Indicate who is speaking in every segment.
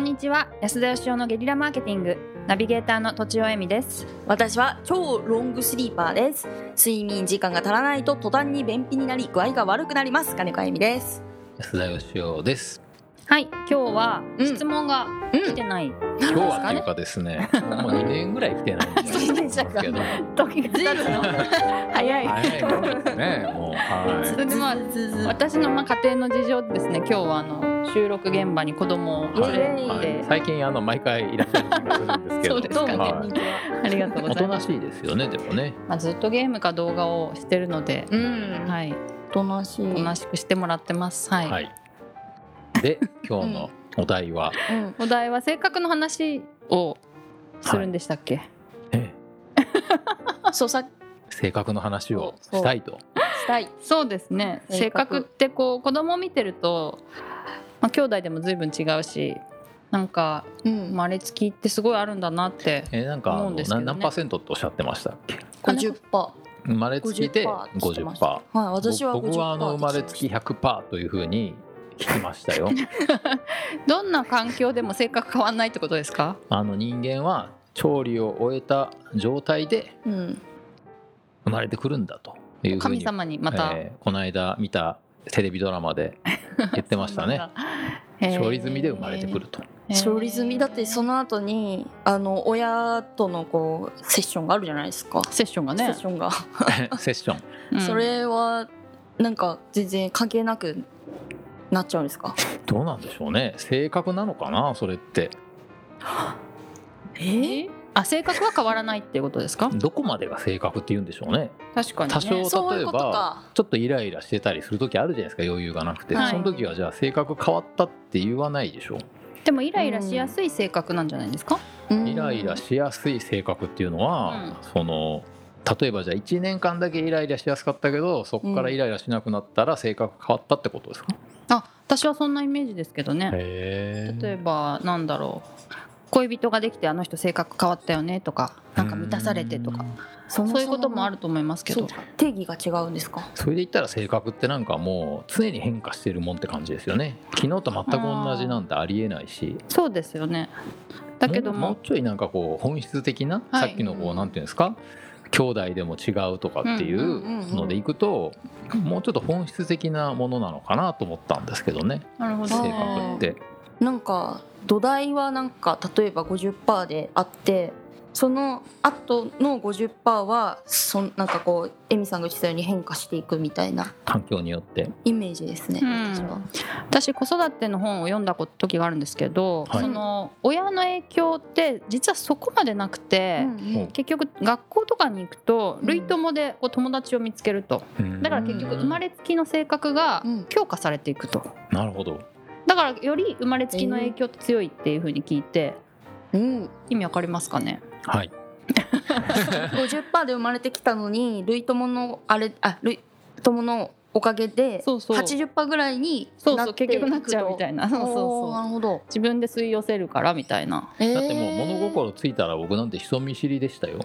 Speaker 1: にちは安田義雄のゲリラマーケティングナビゲーターの土地尾恵美です
Speaker 2: 私は超ロングスリーパーです睡眠時間が足らないと途端に便秘になり具合が悪くなります金子あゆみです
Speaker 3: 安田義雄です。
Speaker 1: はい今日は
Speaker 2: うん
Speaker 1: 質問が来てない、
Speaker 3: 今日はっていうかですね、もう2年ぐらい来てないんで
Speaker 1: そうでしたか
Speaker 3: けど、
Speaker 1: 時が経つの 早い
Speaker 3: 早いもんですね、もう
Speaker 1: そ
Speaker 3: は
Speaker 1: れでまあ私のまあ家庭の事情でですね今日はあの収録現場に子供を
Speaker 3: い。は
Speaker 2: イエーイ
Speaker 3: いはい最近あの毎回いらっしゃる気がするんですけど、
Speaker 1: そうですかね
Speaker 3: はい
Speaker 1: ありがとうご
Speaker 3: お
Speaker 1: ざい
Speaker 3: と
Speaker 1: ま
Speaker 3: な
Speaker 1: す、
Speaker 3: しいですよね、でもね。
Speaker 1: まあ、ずっとゲームか動画をしてるので、
Speaker 2: うん、はい、
Speaker 1: はい
Speaker 2: おとなしい、
Speaker 1: おとなしくしてもらってますはい、
Speaker 3: はい。で、今日のお題は、
Speaker 2: うん、
Speaker 1: お題は性格の話をするんでしたっけ、
Speaker 3: え
Speaker 2: そうさ
Speaker 3: え性格の話をしたいと。
Speaker 2: したい
Speaker 1: そうですね性
Speaker 2: 性格
Speaker 1: 格ってこう子供を見てると、まあ、兄弟でも随分違うしなんか
Speaker 2: うん
Speaker 1: 生まれつきってすごいあるんだなって
Speaker 3: えなんかあ
Speaker 1: 思う
Speaker 3: の
Speaker 1: んですけど
Speaker 3: な
Speaker 1: ね
Speaker 3: 何パーセントとおっしゃってましたっけ？
Speaker 2: 50%は
Speaker 3: 生まれつきで
Speaker 2: 50%
Speaker 3: 50%。パ
Speaker 2: い私は50%
Speaker 3: 僕はあの生まれつき100%というふうに聞きましたよ。
Speaker 1: どんな環境でも性格変わんないってことですか
Speaker 3: あの人間は調理を終えた状態で
Speaker 2: うん
Speaker 3: 生まれてくるんだというふう
Speaker 1: 神
Speaker 3: に、
Speaker 1: 様にまた、
Speaker 3: えーこの間見たテレビドラマ で言ってましたね調理済みで生まれてくると、
Speaker 2: 勝利済みだってそ
Speaker 1: の
Speaker 2: の後にあの親とのこうセッションがあるじゃないですか、
Speaker 1: セッションが
Speaker 2: セッ
Speaker 1: ね
Speaker 2: シ、ョンが、
Speaker 3: セッション
Speaker 1: うん
Speaker 2: それはなんか全然関係なくなっちゃうんですか
Speaker 3: どうなんでしょうね性格なのかなそれって
Speaker 2: え
Speaker 1: あ性格は変わらないっていうことですか
Speaker 3: どこまでが性格って言うんでしょうね
Speaker 1: 確かに、ね、
Speaker 3: 多少
Speaker 2: そういうことか
Speaker 3: ちょっとイライラしてたりする時あるじゃないですか余裕がなくて、
Speaker 1: はい
Speaker 3: その時はじゃあ性格変わったって言わないでしょ
Speaker 1: でもイライラしやすい性格なんじゃないですか、
Speaker 3: イライラしやすい性格っていうのは、その例えばじゃあ1年間だけイライラしやすかったけどそこからイライラしなくなったら性格変わったってことですか、
Speaker 1: あ私はそんなイメージですけどね、
Speaker 3: へ
Speaker 1: 例えばなんだろう恋人ができてあの人性格変わったよねとかなんか満たされてとか
Speaker 2: そもそ
Speaker 1: そ
Speaker 2: も
Speaker 1: ういうこともあると思いますけ
Speaker 2: そ
Speaker 1: ど
Speaker 2: うか定義が違うんですか
Speaker 3: それで言ったら性格ってなんかもう常に変化してるもんって感じですよね昨日と全く同じなんてありえないし
Speaker 1: そうですよねだけど
Speaker 3: もうもう
Speaker 1: も
Speaker 3: ちょいなんかこう本質的な、
Speaker 1: はい
Speaker 3: さっきのこうなんていうんですか兄弟でも違うとかってい
Speaker 2: んうんうんう
Speaker 3: うんのでいくと、もうちょっと本質的なものなのかなと思ったんですけどね
Speaker 1: なるほ
Speaker 3: 性
Speaker 1: ど
Speaker 2: そう
Speaker 3: 格って。
Speaker 2: なんか土台はなんか例えば50%であってその後の50%はそんなんかこうエミさんが言ってたように変化していくみたいな
Speaker 3: 環境によって、
Speaker 2: イメージですね、
Speaker 1: うん
Speaker 2: 私は。
Speaker 1: 私子育ての本を読んだ時があるんですけど、
Speaker 3: はい
Speaker 1: その親の影響って実はそこまでなくて、
Speaker 3: も
Speaker 1: 結局学校とかに行くと
Speaker 2: うん
Speaker 1: 類友でこう友達を見つけると
Speaker 3: う
Speaker 1: だから結局生まれつきの性格が
Speaker 2: うん
Speaker 1: 強化されていくと
Speaker 3: なるほど
Speaker 1: だからより生まれつきの影響って強いっていうふうに聞いて
Speaker 2: うん、
Speaker 1: 意味わかりますかね
Speaker 3: はい
Speaker 2: 50%で生まれてきたのに類友のあれあ類友のおかげで
Speaker 1: そうそう
Speaker 2: 80%ぐらいに
Speaker 1: そう
Speaker 2: な
Speaker 1: そ
Speaker 2: っ
Speaker 1: う
Speaker 2: てい
Speaker 1: 結
Speaker 2: くと
Speaker 1: 局なっちゃうみたいな そうそう
Speaker 2: おー
Speaker 1: そ
Speaker 2: な
Speaker 1: う
Speaker 2: るほど、
Speaker 1: 自分で吸い寄せるからみたいな
Speaker 2: えー
Speaker 3: だってもう物心ついたら僕なんて人見知りでしたよ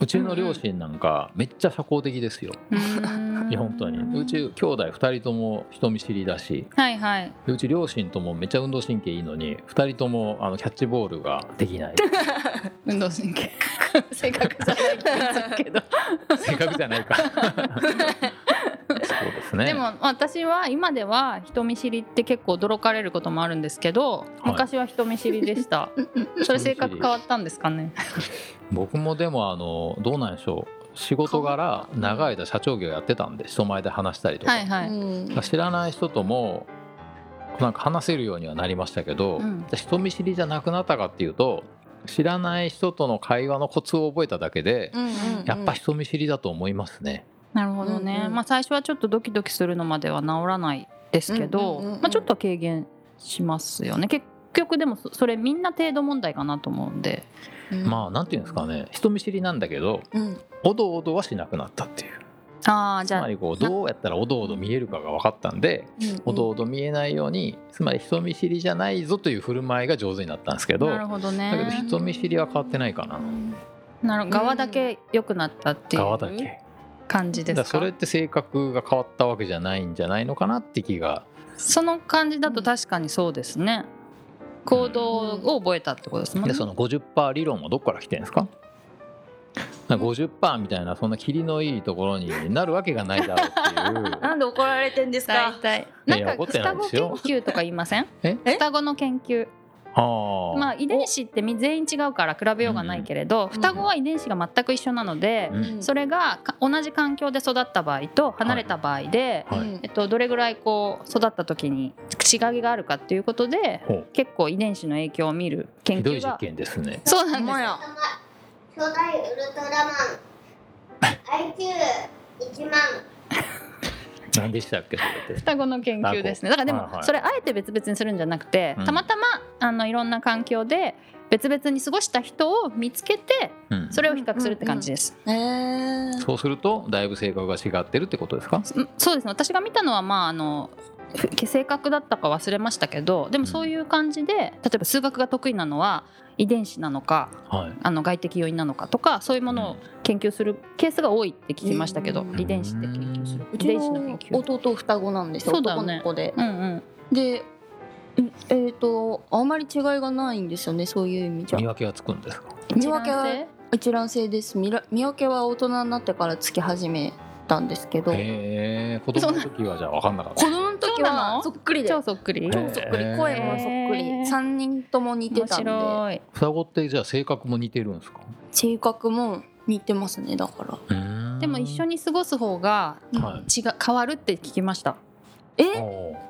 Speaker 3: うちの両親なんかめっちゃ社交的ですよ、いや本当にうち兄弟2人とも人見知りだし
Speaker 1: はいはいう
Speaker 3: ち両親ともめっちゃ運動神経いいのに2人ともあのキャッチボールが できない
Speaker 1: 運動神経 性格じゃないって言っちゃうけど
Speaker 3: 性格じゃないかそうですね
Speaker 1: でも私は今では人見知りって結構驚かれることもあるんですけど昔は人見知りでした、それ性格変わったんですかね
Speaker 3: 僕もでもあのどうなんでしょう仕事柄長い間社長業やってたんで人前で話したりとか、
Speaker 1: はいはい、
Speaker 2: うん
Speaker 3: 知らない人ともなんか話せるようにはなりましたけど、
Speaker 1: うん
Speaker 3: じゃあ人見知りじゃなくなったかっていうと知らない人との会話のコツを覚えただけで、
Speaker 2: うんうんうん
Speaker 3: やっぱ人見知りだと思いますね。
Speaker 1: なるほどね、
Speaker 2: うんうん
Speaker 1: まあ最初はちょっとドキドキするのまでは治らないですけど、
Speaker 2: うんうんうんうん
Speaker 1: まあちょっとは軽減しますよね結局でもそそれみんな程度問題かなと思うんで
Speaker 3: まあなんていうんですかね人見知りなんだけど
Speaker 2: うん
Speaker 3: おどおどはしなくなったっていう
Speaker 1: ああ
Speaker 3: つ
Speaker 1: じゃ
Speaker 3: ま
Speaker 1: あ
Speaker 3: りこうどうやったらおどおど見えるかが分かったんで
Speaker 2: うん
Speaker 3: おどおど見えないようにつまり人見知りじゃないぞという振る舞いが上手になったんですけど
Speaker 1: なるほど
Speaker 3: だけど
Speaker 1: ね
Speaker 3: 人見知りは変わってないかな
Speaker 1: なる側だけ良くなったってい
Speaker 3: 側だ
Speaker 1: う
Speaker 3: け。
Speaker 1: 感じで
Speaker 3: だから
Speaker 1: すか
Speaker 3: それって性格が変わったわけじゃないんじゃないのかなって気が
Speaker 1: その感じだと確かにそうですね、行動を覚えたってことですもん
Speaker 3: で
Speaker 1: ね。
Speaker 3: その50%理論もどこから来てるんですかなんか50%みたいなそんな霧のいいところになるわけがないだろうっていう
Speaker 2: なんで怒られてんです
Speaker 1: 大
Speaker 2: か
Speaker 1: 体
Speaker 3: いや
Speaker 1: なん
Speaker 3: 怒
Speaker 1: か
Speaker 3: って
Speaker 1: 双
Speaker 3: ないで
Speaker 1: 子
Speaker 3: す
Speaker 1: 研
Speaker 3: よ
Speaker 1: 究とか言いません
Speaker 3: え
Speaker 1: 双子の研究
Speaker 3: あ あ、
Speaker 1: まあ遺伝子ってみ全員違うから比べようがないけれど、双子は遺伝子が全く一緒なので、
Speaker 3: うん
Speaker 1: それがか同じ環境で育った場合と離れた場合で、
Speaker 3: はい
Speaker 2: うん
Speaker 1: えっと、どれぐらいこう育った時に違いがあるかっていうことで
Speaker 3: ほう
Speaker 1: 結構遺伝子の影響を見る研
Speaker 3: ひどい
Speaker 1: 究
Speaker 3: 実
Speaker 1: が
Speaker 3: 験ですね
Speaker 1: そうなんで
Speaker 2: ほんますや
Speaker 4: 巨大ウルトラマン IQ1 万
Speaker 3: 何でしたっけそれって
Speaker 1: 双子の研究ですねだからで
Speaker 3: はいは
Speaker 1: も
Speaker 3: い
Speaker 1: それあえて別々にするんじゃなくて、
Speaker 3: うん
Speaker 1: たまたまあのいろんな環境で別々に過ごした人を見つけて
Speaker 3: うん
Speaker 1: それを比較するって感じです、
Speaker 2: えー
Speaker 3: そうするとだいぶ性格が違ってるってことですか
Speaker 1: うんそうですね私が見たのはまああのふ性格だったか忘れましたけどでもそういう感じで例えば数学が得意なのは遺伝子なのか
Speaker 3: はい
Speaker 1: あの外的要因なのかとかそういうものを研究するケースが多いって聞きましたけど、
Speaker 2: うん
Speaker 1: 遺伝子で研究する
Speaker 2: う
Speaker 1: 遺
Speaker 2: ち
Speaker 1: 伝子の研
Speaker 2: の
Speaker 1: 究
Speaker 2: 弟双子なんですよ
Speaker 1: そうだよね
Speaker 2: 男の子で
Speaker 1: うんうん
Speaker 2: でうんえっ、とあまり違いがないんですよねそういう意味じゃ
Speaker 3: 見分けがつくんですか
Speaker 2: 見分けは
Speaker 1: 一覧性
Speaker 2: 一卵性です見ら見分けは大人になってからつき始めたんですけど子
Speaker 3: へえ子供の時はじゃあ分かんなかった
Speaker 2: 供の時
Speaker 1: そうな
Speaker 2: は
Speaker 1: の
Speaker 2: そっくりで
Speaker 1: 超そっくり
Speaker 3: 超
Speaker 2: 超そっくり
Speaker 3: へー
Speaker 2: 声もそっくり三人とも似て
Speaker 1: 面
Speaker 2: たんで
Speaker 1: 白い
Speaker 3: 双子ってじゃあ性格も似てるんですか
Speaker 2: 性格も似てますねだから
Speaker 1: でも一緒
Speaker 3: に
Speaker 1: に過ごす方が
Speaker 3: はい
Speaker 1: 違う変わるって聞きました
Speaker 2: え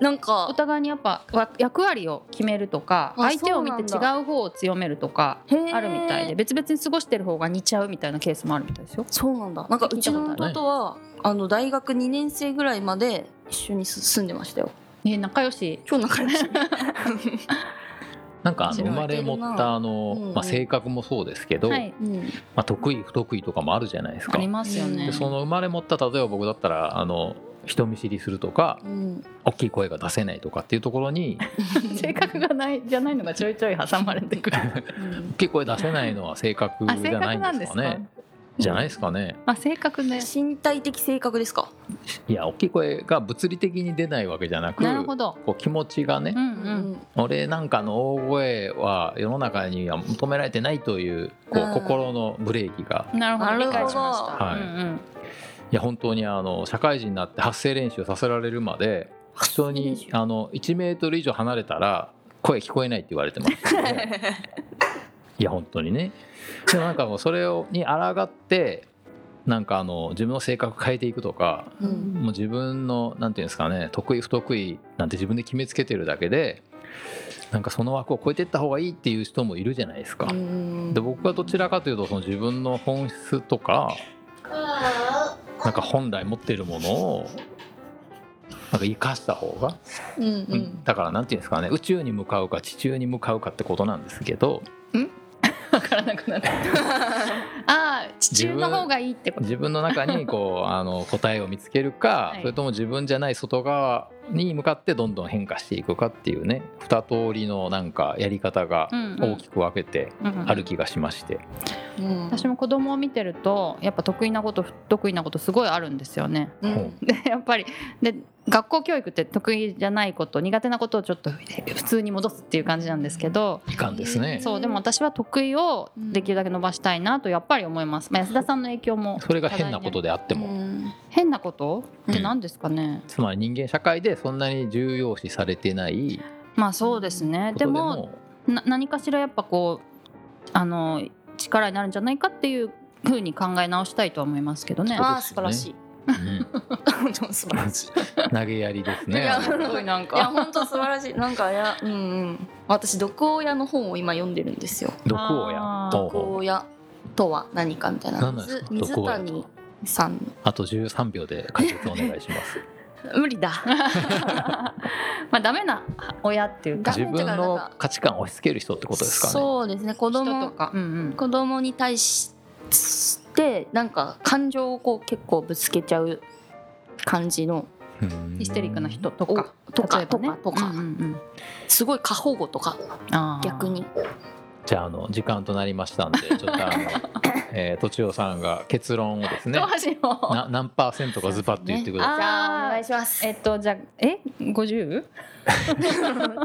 Speaker 2: なん
Speaker 1: お
Speaker 2: か
Speaker 1: 互いにやっぱわ役割を決めるとか
Speaker 2: あ
Speaker 1: 相手を見て違
Speaker 2: そうな
Speaker 1: う方を強めるとか
Speaker 2: へー
Speaker 1: あるみたいで別々に過ごしてる方が似ちゃうみたいなケースもあるみたいですよ。
Speaker 2: そうなんだなんかうち
Speaker 1: 聞い
Speaker 2: の
Speaker 1: たこと
Speaker 3: ない
Speaker 2: 弟はあの大学2年生ぐらいまで一緒にす住んでましたよ
Speaker 1: ね仲良し
Speaker 2: 今日の話
Speaker 3: なんかあ
Speaker 1: 面
Speaker 3: の
Speaker 1: 白い
Speaker 3: 生まれ持ったあの、
Speaker 2: うんうん
Speaker 3: まあ、性格もそうですけど、
Speaker 1: はい
Speaker 2: うん
Speaker 3: まあ、得意不得意とかもあるじゃないです
Speaker 1: あ
Speaker 3: か
Speaker 1: りますよね
Speaker 3: で。その生まれ持った例えば僕だったらあの人見知りするとか
Speaker 2: うん
Speaker 3: 大きい声が出せないとかっていうとこ ろに
Speaker 1: 性格がないじゃないのがちょいちょい挟まれてくる。
Speaker 2: うん
Speaker 3: 大きい声出せないのは性格じ
Speaker 1: あ性
Speaker 3: ゃな
Speaker 1: 格
Speaker 3: い
Speaker 1: なん
Speaker 3: ん
Speaker 1: で
Speaker 3: です
Speaker 1: す
Speaker 3: か
Speaker 1: か
Speaker 3: ね。じゃないですかね
Speaker 1: あ性格ね。
Speaker 2: 身体的性格ですか
Speaker 3: いや大きい声が物理的に出ないわけじゃなく
Speaker 1: なるほど。
Speaker 3: こう気持ちがね
Speaker 1: う、んう。
Speaker 2: うん
Speaker 3: 俺なんかの大声は世の中には求められてないというこ
Speaker 2: うん
Speaker 3: う心のブレーキが
Speaker 1: なるほど
Speaker 2: なる
Speaker 1: 理
Speaker 2: ほど
Speaker 1: 解しました。
Speaker 3: はい
Speaker 1: うんうん
Speaker 3: いや本当にあの社会人になって発声練習をさせられるまで
Speaker 2: 発
Speaker 3: 人
Speaker 2: 声練習
Speaker 3: にあの1メートル以上離れたら声聞こえないって言われてます いや本当にねでもなんかもうそれをに抗ってなんかあの自分の性格変えていくとか
Speaker 2: うん
Speaker 3: もう自分のなんていうんですかね得意不得意なんて自分で決めつけてるだけでなんかその枠を超えていった方がいいっていう人もいるじゃないですか
Speaker 2: う。ん
Speaker 3: で僕はどちらかというとその自分の本質とかなんか本来持ってるものをなんか生かした方が、
Speaker 2: うんうん
Speaker 3: だからなんていうんですかね宇宙に向かうか地中に向かうかってことなんですけど
Speaker 1: わからなくな った。ああ地中の方がいいってこと。
Speaker 3: 自分の中にこ うあの答えを見つける
Speaker 1: は
Speaker 3: か、
Speaker 1: い
Speaker 3: それとも自分じゃない外側に向かってどんどん変化していくかっていうね二通りのなんかやり方が
Speaker 1: うんうん
Speaker 3: 大きく分けて
Speaker 1: うんうん
Speaker 3: ある気がしまして、
Speaker 2: うん
Speaker 1: 私も子供を見てるとやっぱ得意なこと不得意なことすごいあるんですよね。
Speaker 2: うん
Speaker 3: ほ
Speaker 1: で やっぱりで学校教育って得意じゃないこと苦手なことをちょっと普通に戻すっていう感じなんですけど
Speaker 3: いかんですね。
Speaker 1: そうでも私は得意をできるだけ伸ばしたいなとやっぱり思います、まあ、安田さんの影響も
Speaker 3: それが変なことであって
Speaker 2: う
Speaker 3: も、
Speaker 2: ん
Speaker 1: 変なことって何ですかね、
Speaker 3: つまり人間社会でそんなに重要視されてない
Speaker 1: まあそうですね
Speaker 3: こと
Speaker 1: で
Speaker 3: で
Speaker 1: も
Speaker 3: も
Speaker 1: な何かしらやっぱこうあの力になるんじゃないかっていうふうに考え直したいとは思いますけどね。
Speaker 2: あー素晴らしい
Speaker 3: うん
Speaker 2: 素 晴らしい
Speaker 3: 投げやりです
Speaker 2: い
Speaker 3: ね
Speaker 2: や。
Speaker 1: すごいなん
Speaker 2: いや
Speaker 1: か
Speaker 2: 本当素晴らしいなんかいやうんうん私毒親の本を今読んでるんですよ
Speaker 3: 毒親
Speaker 1: あー
Speaker 3: と
Speaker 2: 毒親とは何かみたいな
Speaker 3: 何なんです
Speaker 2: 水水
Speaker 3: か毒親と
Speaker 2: 谷さん
Speaker 3: あと13秒で解説お願いし ます。
Speaker 2: 無理だ
Speaker 1: まあダメな親っていうか
Speaker 2: だ
Speaker 3: 自分の価値観を押し付ける人ってことですかね。
Speaker 2: そうですね子
Speaker 1: 人と
Speaker 2: 供
Speaker 1: か、うんうん、
Speaker 2: 子供に対してなんか感情をこう結構ぶつけちゃう感じの
Speaker 3: うん
Speaker 1: ヒステリックな人と
Speaker 2: お
Speaker 1: か
Speaker 2: とか
Speaker 1: 例えばね
Speaker 2: とかとか
Speaker 1: うんうんうん
Speaker 2: すごい過保護とか
Speaker 1: あー
Speaker 2: 逆に
Speaker 3: じゃああの時間となりました んでちょっとあの、えー、とちおさんが結論をですね
Speaker 5: どうしよう。
Speaker 3: な何パーセントかズバッと言ってくださ
Speaker 5: あ
Speaker 3: い
Speaker 2: じゃあお願いしま す
Speaker 5: えっとじゃあえ五十？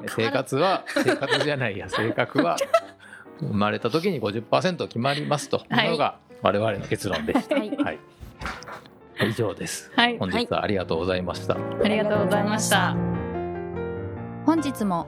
Speaker 3: 生活は生活じゃないや性格は生まれた時に50%決まりますというのが我々の結論でした。
Speaker 2: はい
Speaker 3: はい、以上です。
Speaker 5: はい。
Speaker 3: 本日はありがとうございました。
Speaker 5: ありがとうございました。
Speaker 1: 本日も